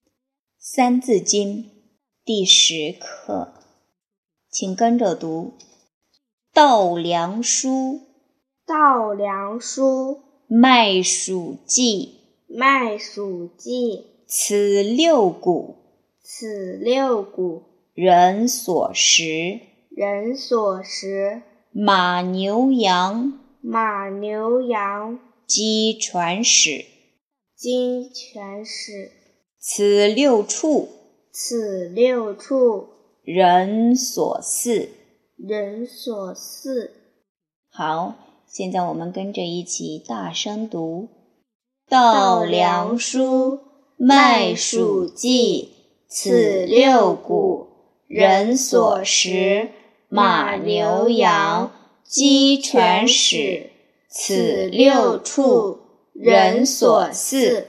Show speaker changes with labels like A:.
A: 《三字经》第十课，请跟着读：稻粱菽，
B: 稻粱菽，
A: 麦黍稷，
B: 麦黍稷，
A: 此六谷，
B: 此六谷，
A: 人所食。
B: 人所食。
A: 马牛羊，
B: 马牛羊，
A: 鸡传豕，
B: 鸡犬豕，
A: 此六畜，
B: 此六畜，
A: 人所饲。
B: 人所饲。
A: 好，现在我们跟着一起大声读：
B: 稻
A: 稻
B: 粱
A: 粱
B: 菽
A: 菽，，麦黍稷，此六谷，人所食。马牛羊，鸡犬豕，此六畜，人所饲。